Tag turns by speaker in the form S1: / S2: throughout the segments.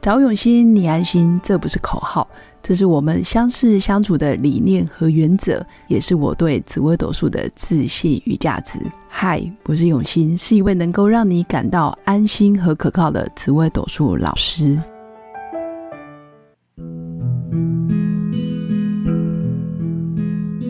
S1: 找永新，你安心，这不是口号，这是我们相识相处的理念和原则，也是我对紫微斗数的自信与价值。嗨，我是永新，是一位能够让你感到安心和可靠的紫微斗数老师。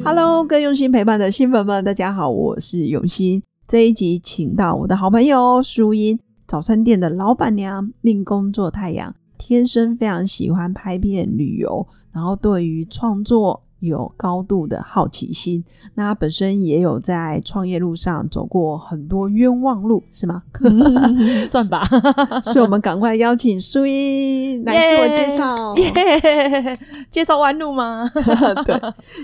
S1: Hello，跟用心陪伴的新粉们，大家好，我是永新。这一集请到我的好朋友淑英，早餐店的老板娘，命宫做太阳，天生非常喜欢拍片、旅游，然后对于创作有高度的好奇心。那她本身也有在创业路上走过很多冤枉路，是吗？
S2: 嗯算吧。
S1: 所以我们赶快邀请淑英来自我介绍。
S2: 耶 介绍弯路吗？
S1: 对，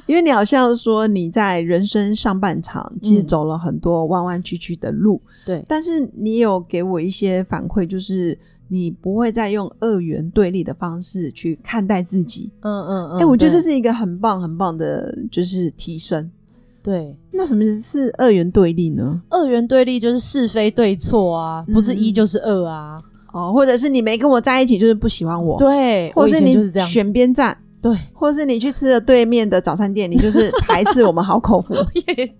S1: 因为你好像说你在人生上半场其实走了很多弯弯曲曲的路，
S2: 对，
S1: 但是你有给我一些反馈，就是你不会再用二元对立的方式去看待自己。
S2: 嗯嗯嗯。
S1: 哎、我觉得这
S2: 对
S1: 是一个很棒很棒的，就是提升。
S2: 对
S1: 那什么是二元对立呢？
S2: 二元对立，就是是非对错啊，不是一就是二啊。
S1: 哦，或者是你没跟我在一起就是不喜欢我，，
S2: 对，
S1: 或
S2: 我以
S1: 者
S2: 前
S1: 你
S2: 就是这样子。
S1: 选边站，
S2: 对，
S1: 或者是你去吃了对面的早餐店，你就是排斥我们好口 福。
S2: 也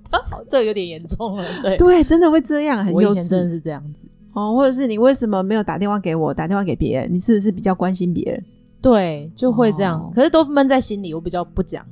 S2: 这有点严重了。对，
S1: 对，真的会这样，很
S2: 我以
S1: 幼
S2: 前真
S1: 稚
S2: 的。是这样子。
S1: 哦，或者是你为什么没有打电话给我，打电话给别人？你是不是比较关心别人？
S2: 对，就会这样
S1: 哦，
S2: 可是都闷在心里，我比较不讲。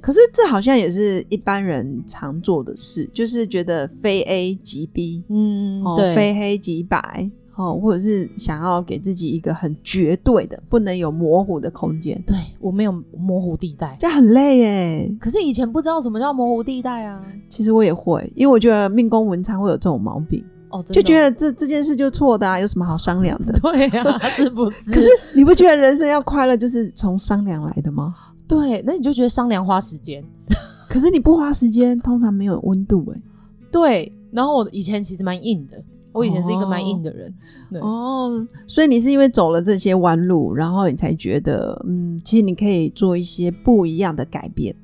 S1: 可是这好像也是一般人常做的事，就是觉得非 A 即 B，
S2: 嗯
S1: 哦，
S2: 对，
S1: 非黑即白，哦，或者是想要给自己一个很绝对的，不能有模糊的空间，
S2: 对我没有模糊地带。
S1: 这样很累耶。
S2: 可是以前不知道什么叫模糊地带啊。
S1: 其实我也会，因为我觉得命宫文昌会有这种毛病，
S2: 哦，真的
S1: 就觉
S2: 哦
S1: 得这这件事就错的啊，有什么好商量的？
S2: 对啊，是不是？
S1: 可是你不觉得人生要快乐就是从商量来的吗？
S2: 对，那你就觉得商量花时间。
S1: 可是你不花时间，通常没有温度哎。
S2: 对，然后我以前其实蛮硬的，我以前是一个蛮
S1: 哦
S2: 硬的人。对
S1: 哦，所以你是因为走了这些弯路，然后你才觉得，嗯，其实你可以做一些不一样的改变。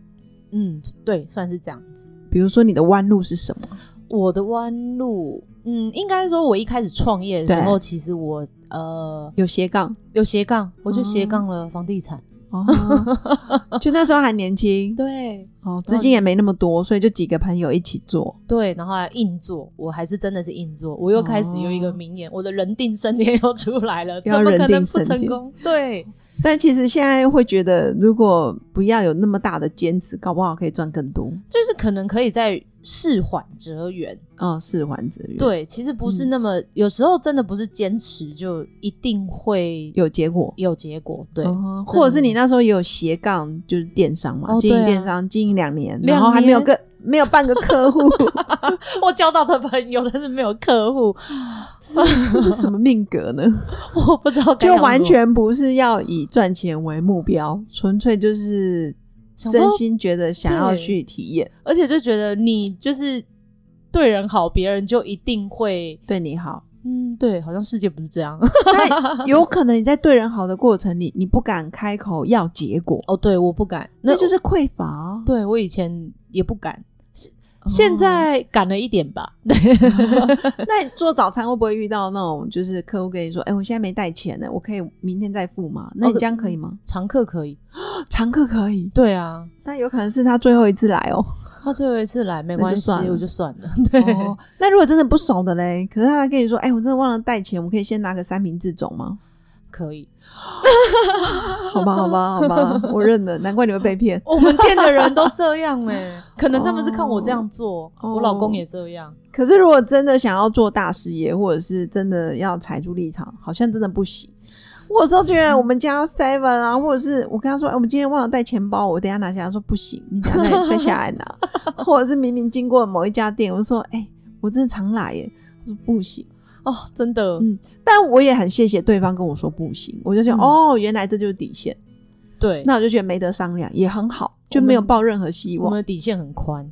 S2: 嗯，对，算是这样子。
S1: 比如说你的弯路是什么？
S2: 我的弯路，嗯，应该说，我一开始创业的时候，其实我呃
S1: 有斜杠
S2: 有斜杠，我就斜
S1: 哦
S2: 杠了房地产。
S1: 哦，就那时候还年轻，
S2: 对
S1: 哦，资金也没那么多，所以就几个朋友一起做。
S2: 对，然后还硬做，我还是真的是硬做。我又开始有一个
S1: 哦
S2: 名言，我的人定胜天又出来了，
S1: 要
S2: 怎么
S1: 人
S2: 可
S1: 定
S2: 能不
S1: 胜
S2: 成
S1: 天
S2: 功？对，
S1: 但其实现在会觉得，如果不要有那么大的坚持，搞不好可以赚更多。
S2: 就是可能可以在事缓则圆。
S1: 哦，是丸子园，，
S2: 对，其实不是
S1: 嗯
S2: 那么，有时候真的不是坚持就一定会
S1: 有结果。
S2: 有结果。对，
S1: 哦
S2: 真的
S1: 或者是你那时候也有斜杠，就是电商嘛，
S2: 哦
S1: 经营
S2: 对啊
S1: 电商经营两年，
S2: 两
S1: 然后还没有
S2: 年
S1: 个没有半个客 户，
S2: 我交到的朋友，但是没有客户，
S1: 这是这是什么命格 呢？
S2: 我不知道
S1: 就
S2: 该讲什么
S1: 完全不是要以赚钱为目标，纯粹就是
S2: 想说
S1: 真心觉得想要去体验，
S2: 而且就觉得你就是对人好，别人就一定会，
S1: 对你好。
S2: 嗯，对，好像世界不是这样。
S1: 但有可能你在对人好的过程里，你不敢开口要结果，
S2: 哦，对，我不敢，
S1: 那就是是匮 乏。啊
S2: 对我以前也不敢，
S1: 哦
S2: 现，在敢了一点吧。对，
S1: 那你做早餐会不会遇到那种就是客户跟你说，哎，我现在没带钱呢，我可以明天再付吗？那你这样哦可以吗？
S2: 常客可以，
S1: 常客可以，
S2: 对啊，
S1: 但有可能是他最后一次来哦。
S2: 他最后一次来没
S1: 那
S2: 关
S1: 就
S2: 系
S1: 算，了
S2: 我就算了。 对，
S1: 哦，那如果真的不熟的嘞，可是他跟你说，哎、我真的忘了带钱，我们可以先拿个三明治走吗？
S2: 可以。
S1: 好吧，好吧，好吧，我认了，难怪你会被骗。
S2: 我们店的人都这样哎、 可能他们是看我这样做，
S1: 哦
S2: 我老公也这样。
S1: 可是如果真的想要做大事业，或者是真的要踩出立场，好像真的不行。我有时候觉得我们
S2: 嗯
S1: 家 Seven 啊，或者是我跟他说，哎、我们今天忘了带钱包，我等一下拿下来。他说不行，你等一下再再下来 拿。或者是明明经过某一家店，我就说，哎、我真的常来耶。他说不行。
S2: 哦，真的，
S1: 嗯但我也很谢谢对方跟我说不行，我就想、
S2: 嗯
S1: 哦，原来这就是底线。
S2: 对，
S1: 那我就觉得没得商量，也很好，就没有抱任何希
S2: 我们
S1: 望。
S2: 的底线很宽。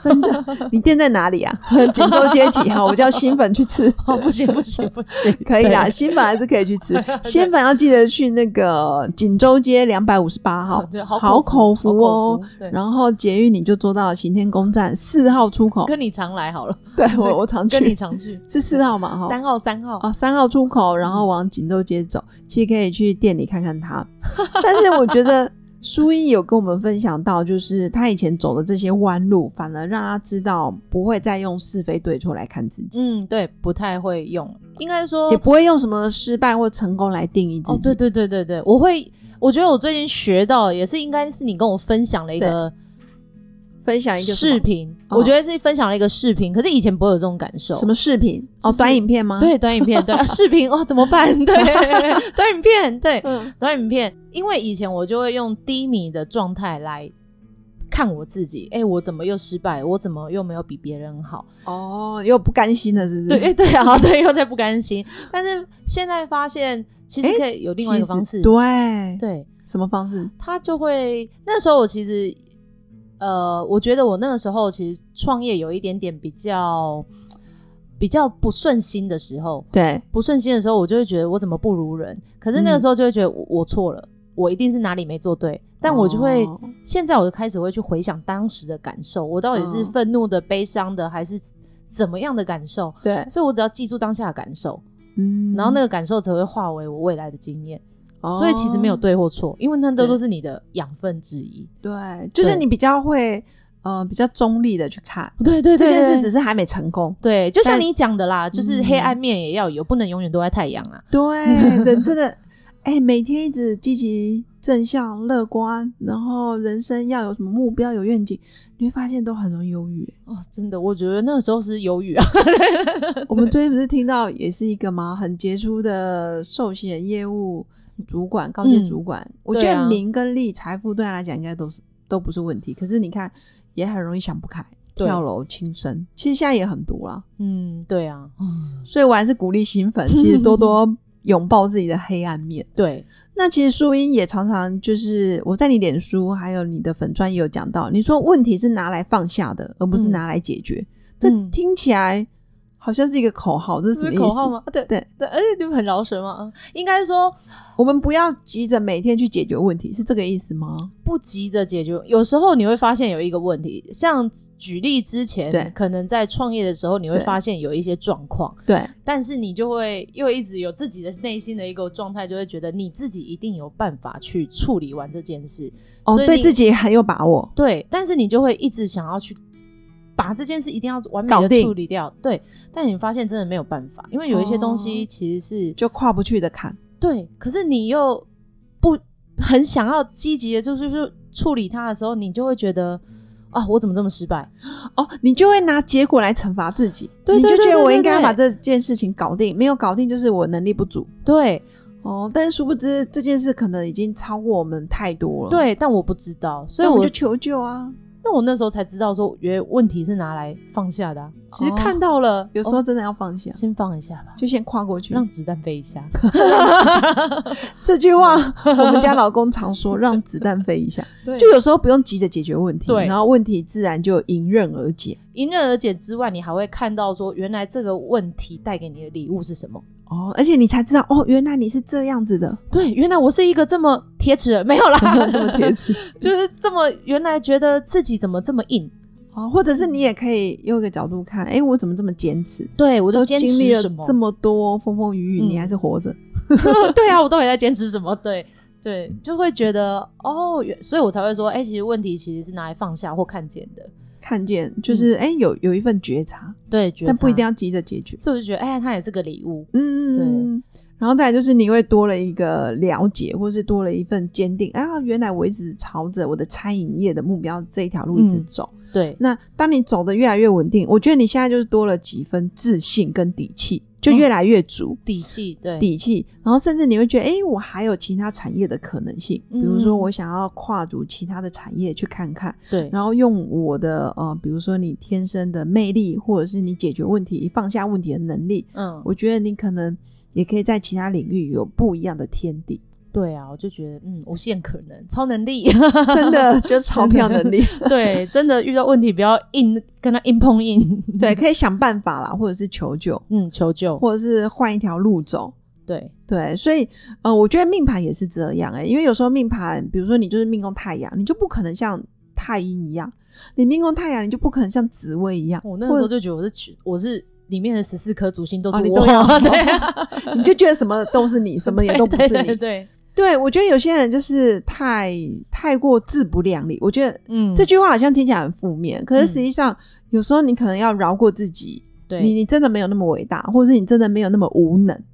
S1: 真的，你店在哪里啊？ 锦州街几号？我叫新粉去吃。
S2: 哦，不行不行不行，
S1: 可以啦，
S2: 对，
S1: 新粉还是可以去吃。新粉要记得去那个锦州街两百五十八号
S2: 就好
S1: 好口福哦。
S2: 对，
S1: 然后捷运你就坐到行天宫站四号出口，
S2: 跟你常来好了，
S1: 对我我常
S2: 跟你
S1: 去，
S2: 常去
S1: 是四号嘛哈。
S2: 三号嗯三号
S1: 哦，三号出口，然后往锦州街走，其实可以去店里看看他。 但是我觉得苏英有跟我们分享到，就是他以前走的这些弯路，反而让他知道不会再用是非对错来看自己，
S2: 嗯，对，不太会用，应该说
S1: 也不会用什么失败或成功来定义自己。
S2: 嗯哦，对对对对对，我会，我觉得我最近学到，也是应该是你跟我分享了一个
S1: 分享一个什么
S2: 视频，
S1: 哦
S2: 我觉得是分享了一个视频，可是以前不会有这种感受。
S1: 什么视频？
S2: 就
S1: 哦，
S2: 是
S1: 短影片吗？，
S2: 对短影片，对、啊、视频哦，怎么办？ 对短影片，对
S1: 嗯，
S2: 短影片，因为以前我就会用低迷的状态来看我自己，哎，我怎么又失败？我怎么又没有比别人好？
S1: 哦，又不甘心了，是不是？
S2: 对， 哎，对啊， 对，又在不甘心。但是现在发现，其实可以有另外一个
S1: 其实
S2: 方式，
S1: 对，
S2: 对，
S1: 什么方式？
S2: 他就会那时候我其实，呃，我觉得我那个时候其实创业有一点点比较比较不顺心的时候，
S1: 对，
S2: 不顺心的时候，我就会觉得我怎么不如人。可是那个时候就会觉得我,、我错了，我一定是哪里没做对。但我就会、
S1: 哦
S2: 现在我就开始会去回想当时的感受，我到底是
S1: 嗯
S2: 愤怒的、悲伤的，还是怎么样的感受？
S1: 对，
S2: 所以我只要记住当下的感受，
S1: 嗯
S2: 然后那个感受才会化为我未来的经验。
S1: 哦
S2: 所以其实没有对或错，因为那都
S1: 对
S2: 都是你的养分之一。
S1: 哦对，就是
S2: 对
S1: 你比较会呃比较中立的去看
S2: 对对
S1: 这
S2: 这
S1: 件事，
S2: 件事
S1: 只
S2: 只是
S1: 是还没成功。
S2: 对，就像
S1: 但
S2: 你讲的啦，就是黑
S1: 嗯
S2: 暗面也要有，不能永远都在太阳啊。
S1: 对，人真的， 哎、每天一直积极、正向、乐观，然后人生要有什么目标、有愿景，你会发现都很容易忧郁。
S2: 哦，真的，我觉得那个时候是忧郁 啊。
S1: 我们最近不是听到也是一个吗？很杰出的寿险业务主管、高阶
S2: 嗯
S1: 主管，我觉
S2: 对
S1: 得
S2: 啊
S1: 名跟利、财富对他来讲应该都是都不是问题。可是你看，也很容易想不开，
S2: 对
S1: 跳楼轻生，其实现在也很多啦。
S2: 嗯，对啊，
S1: 所以我还是鼓励新粉，其实多 多拥抱自己的黑暗面。
S2: 对，
S1: 那其实淑英也常常就是我在你脸书还有你的粉专也有讲到，你说问题是拿来放下的，而不是
S2: 嗯
S1: 拿来解决。这
S2: 嗯
S1: 听起来好像是一个口号，这是什么
S2: 这
S1: 意
S2: 是
S1: 思？
S2: 口号吗？对
S1: 对
S2: 对，而且你们很饶舌嘛，嗯应该说
S1: 我们不要急着每天去解决问题，是这个意思吗？
S2: 不急着解决。有时候你会发现有一个问题，像举例之
S1: 对
S2: 前，可能在创业的时候，你会
S1: 对
S2: 发现有一些状况，
S1: 对
S2: 但是你就会又一直有自己的内心的一个状态，就会觉得你自己一定有办法去处理完这件事。
S1: 哦
S2: 所，以
S1: 对
S2: 你
S1: 自己很有把握。
S2: 对，但是你就会一直想要去把这件事一定要完美
S1: 搞
S2: 的
S1: 定
S2: 处理掉。对，但你发现真的没有办法，因为有一些东西
S1: 哦
S2: 其实是、
S1: 就跨不去的坎，
S2: 对，可是你又不很想要积极的，就是去处理它的时候，你就会觉得啊，我怎么这么失败？
S1: 哦，你就会拿结果来惩罚自己，
S2: 对
S1: 你
S2: 对
S1: 就
S2: 对
S1: 觉得
S2: 对
S1: 我
S2: 对
S1: 应该
S2: 对
S1: 把这件事情搞定，没有搞定就是我能力不足。
S2: 对
S1: 哦，但是殊不知这件事可能已经超过我们太多了。，
S2: 对，但我不知道，所
S1: 所以
S2: 以
S1: 我
S2: 我
S1: 们就求救啊。
S2: 那我那时候才知道说，原来问题是拿来放下的、啊。其实
S1: 哦
S2: 看到了，
S1: 有时
S2: 哦
S1: 候真的要放下，
S2: 先放一下吧，
S1: 就先跨过去。
S2: 让子弹飞一下。
S1: 这句话， 我们家老公常 说，让子弹飞一下。
S2: 对
S1: 就有时候不用急着解决问题，
S2: 对
S1: 然后问题自然就迎刃而解。
S2: 迎刃而解之外，你还会看到说，原来这个问题带给你的礼物是什么？
S1: 哦，而且你才知道，哦，原来你是这样子的，，
S2: 对，原来我是一个这么铁齿人，没有啦
S1: 这么贴，切。
S2: 就是这么原来觉得自己怎么这么硬？
S1: 哦，或者是你也可以用一个角度看，哎，我怎么这么坚持？
S2: 对我
S1: 我
S2: 都
S1: 经
S2: 坚
S1: 历
S2: 持
S1: 了
S2: 什么
S1: 这？么多风风雨雨，
S2: 嗯
S1: 你还是活着。
S2: 对啊，我到底在坚持什么？对对，就会觉得哦，原所以我才会说，哎、其实问题其实是拿来放下或看见的。
S1: 看见就是哎、有有一份觉察，
S2: 对，嗯觉
S1: 但不一定
S2: 察，
S1: 要急着解决。
S2: 所以我就觉得，哎、它也是个礼物。
S1: 嗯，对。然后再来就是你会多了一个了解，或是多了一份坚定。啊，原来我一直朝着我的餐饮业的目标这一条路一直
S2: 嗯
S1: 走。
S2: 对，
S1: 那当你走的越来越稳定，我觉得你现在就是多了几分自信跟底气，就越来越足。
S2: 底气，对，
S1: 底气，然后甚至你会觉得，哎，我还有其他产业的可能性，比如说
S2: 嗯
S1: 我想要跨足其他的产业去看看，
S2: 对，
S1: 然后用我的呃，比如说你天生的魅力，或者是你解决问题、放下问题的能力，
S2: 嗯，
S1: 我觉得你可能也可以在其他领域有不一样的天地。
S2: 对啊，我就觉得嗯，无限可能，超能力，
S1: 真 的就是钞票能 力，
S2: 对，真的遇到问题不要硬跟他硬碰硬，
S1: 对，可以想办法啦，或者是求救，
S2: 嗯，求救，
S1: 或者是换一条路走。
S2: 对，
S1: 对，所以呃，我觉得命盘也是这样哎、因为有时候命盘，比如说你就是命宫太阳，你就不可能像太阴一样；你命宫太阳，你就不可能像紫薇一样。
S2: 我哦那个时候就觉得我是取我是里面的十四颗主星都是
S1: 哦你
S2: 我，
S1: 都要
S2: 对啊，
S1: 你就觉得什么都是 你，什么也都不是你。
S2: 对对对对，
S1: 对我觉得有些人就是太太过自不量力。我觉得
S2: 嗯，
S1: 这句话好像听起来很负面，可是实际上、有时候你可能要饶过自己，
S2: 对
S1: 你你真的没有那么伟大，或者是你真的没有那么无能。
S2: 嗯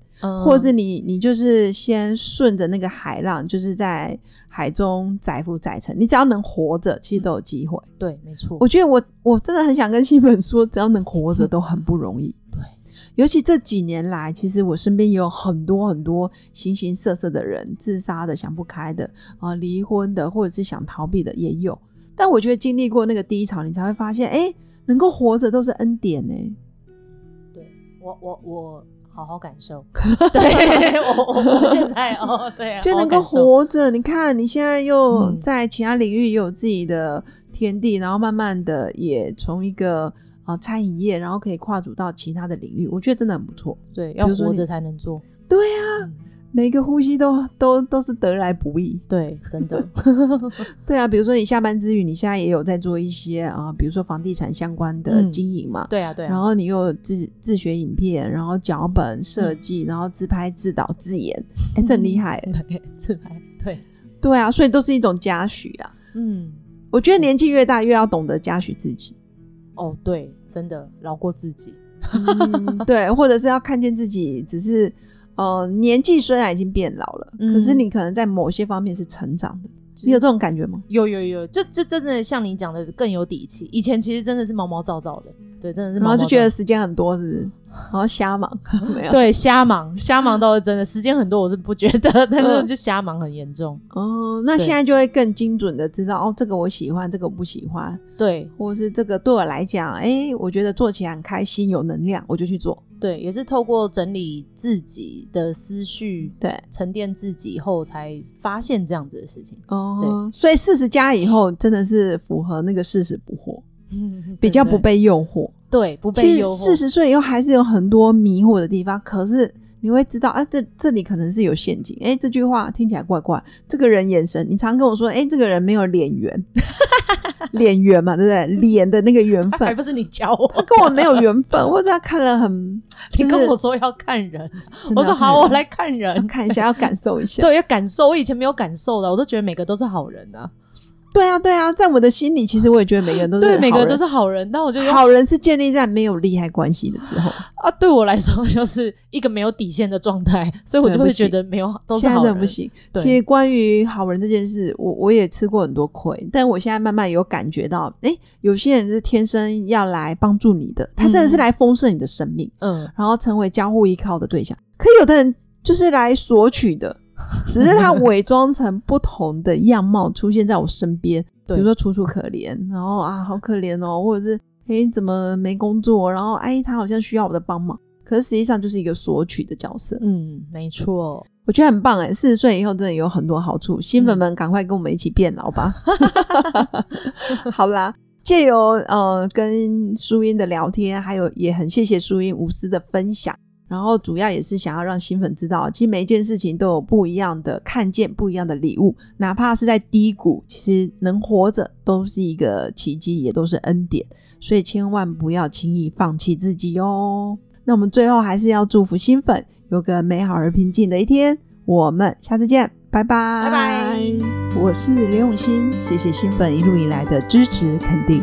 S1: 或者是你你就是先顺着那个海浪，就是在海中载浮载沉。你只要能活着，其实都有机会。
S2: 对，没错，
S1: 我觉得我我真的很想跟新粉说，只要能活着都很不容易。
S2: 嗯对，
S1: 尤其这几年来，其实我身边也有很多很多形形色色的人，自杀的、想不开的啊、呃离婚的，或者是想逃避的也有。但我觉得经历过那个低潮，你才会发现，哎、能够活着都是恩典呢、
S2: 对我我我好好感 受，对我我我现在哦，对啊，
S1: 就
S2: 好好
S1: 能够
S2: 感受，
S1: 活着。你看，你现在又
S2: 嗯
S1: 在其他领域也有自己的天地，然后慢慢的也从一个啊、呃餐饮业，然后可以跨足到其他的领域，我觉得真的很不错。
S2: 对，要
S1: 比如说
S2: 活
S1: 你
S2: 着才能做，
S1: 对啊，
S2: 嗯
S1: 每个呼吸都都都是得来不易。
S2: 对，真 的，
S1: 对啊，比如说你下班之余，你现在也有在做一些啊、比如说房地产相关的
S2: 嗯
S1: 经营嘛。
S2: 对啊，对啊，。
S1: 然后你又有自自学影片，然后脚本设计，然后自拍、自导、自演，哎、这很厉害
S2: 对自拍，对，
S1: 对啊，所以都是一种嘉许啊。
S2: 嗯，
S1: 我觉得年纪越大，越要懂得嘉许自己。
S2: 哦，对，真的饶过自己，
S1: 嗯，对，或者是要看见自己，只是呃，年纪虽然已经变老了，
S2: 嗯
S1: 可是你可能在某些方面是成长的。
S2: 是
S1: 你有这种感觉吗？
S2: 有有有，这这真的像你讲的更有底气。以前其实真的是毛毛躁躁的，对，真的是
S1: 然
S2: 毛
S1: 后
S2: 毛
S1: 就
S2: 躁
S1: 觉得时间很多，是不是？然后瞎忙，没有。
S2: 对瞎忙，瞎忙倒是真的，时间很多我是不觉得，但
S1: 嗯
S2: 是就瞎忙很严重。
S1: 哦，那
S2: 对
S1: 现在就会更精准的知道，哦，这个我喜欢，这个我不喜欢，
S2: 对
S1: 或者是这个对我来讲，哎，我觉得做起来很开心，有能量，我就去做。
S2: 对，也是透过整理自己的思绪，
S1: 对，
S2: 沉淀自己以后，才发现这样子的事情，
S1: 哦，所以四十加以后，真的是符合那个事实不惑， 比较不
S2: 真的
S1: 被诱惑。
S2: 对不被
S1: 其
S2: 诱
S1: 实
S2: 惑。
S1: 四十岁以后还是有很多迷惑的地方，可是你会知道，啊，这这里可能是有陷阱。哎，这句话听起来怪怪，这个人眼神，你常跟我说，哎，这个人没有脸缘， 脸缘嘛，对不对？脸的那个缘
S2: 啊还
S1: 分，哦
S2: 不是你教我，
S1: 跟我没有缘分，或者他看了很，
S2: 你
S1: 就
S2: 跟
S1: 是
S2: 我说要看人，
S1: 真的
S2: 我说
S1: 要看
S2: 好，我
S1: 人
S2: 来看人
S1: 要，看一下，要感受一下。
S2: 对，要感受。我以前没有感受的，我都觉得每个都是好人啊。
S1: 对啊，对啊，在我的心里，其实我也觉得每个人都是
S2: 对，每个
S1: 好
S2: 人都
S1: 人
S2: 是好人。但我就用
S1: 好人，是建立在没有利害关系的时候。
S2: 啊，对我来说就是一个没有底线的状态，所以我
S1: 对
S2: 就
S1: 不
S2: 会
S1: 行
S2: 觉得没有都是
S1: 现在
S2: 好
S1: 真的
S2: 人，
S1: 不行。
S2: 对
S1: 其实关于好人这件事，我我也吃过很多亏，但我现在慢慢有感觉到，哎、有些人是天生要来帮助你的，他真的是来丰盛你的生命，
S2: 嗯，
S1: 然后成为交互依靠的对象。可有的人就是来索取 的，只是他伪装成不同的样貌出现在我身边，比
S2: 对
S1: 如说楚楚可怜，然后啊好可怜哦，或者是哎、诶怎么没工作，然后哎他好像需要我的帮忙，可是实际上就是一个索取的角色。
S2: 嗯，没错，
S1: 我觉得很棒哎，四十岁以后真的有很多好处，新粉们赶快跟我们一起变老吧！好啦，借由呃跟淑英的聊天，还有也很谢谢淑英无私的分享，然后主要也是想要让新粉知道，其实每一件事情都有不一样的看见，不一样的礼物，哪怕是在低谷，其实能活着都是一个奇迹，也都是恩典，所以千万不要轻易放弃自己哦。那我们最后还是要祝福新粉有个美好而平静的一天。我们下次见，拜拜
S2: 拜拜。
S1: 我是刘永新，谢谢新粉一路以来的支持肯定。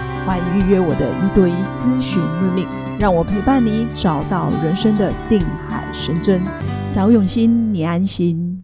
S1: 欢迎预约我的一对一咨询论命，让我陪伴你找到人生的定海神针。找永新，你安心。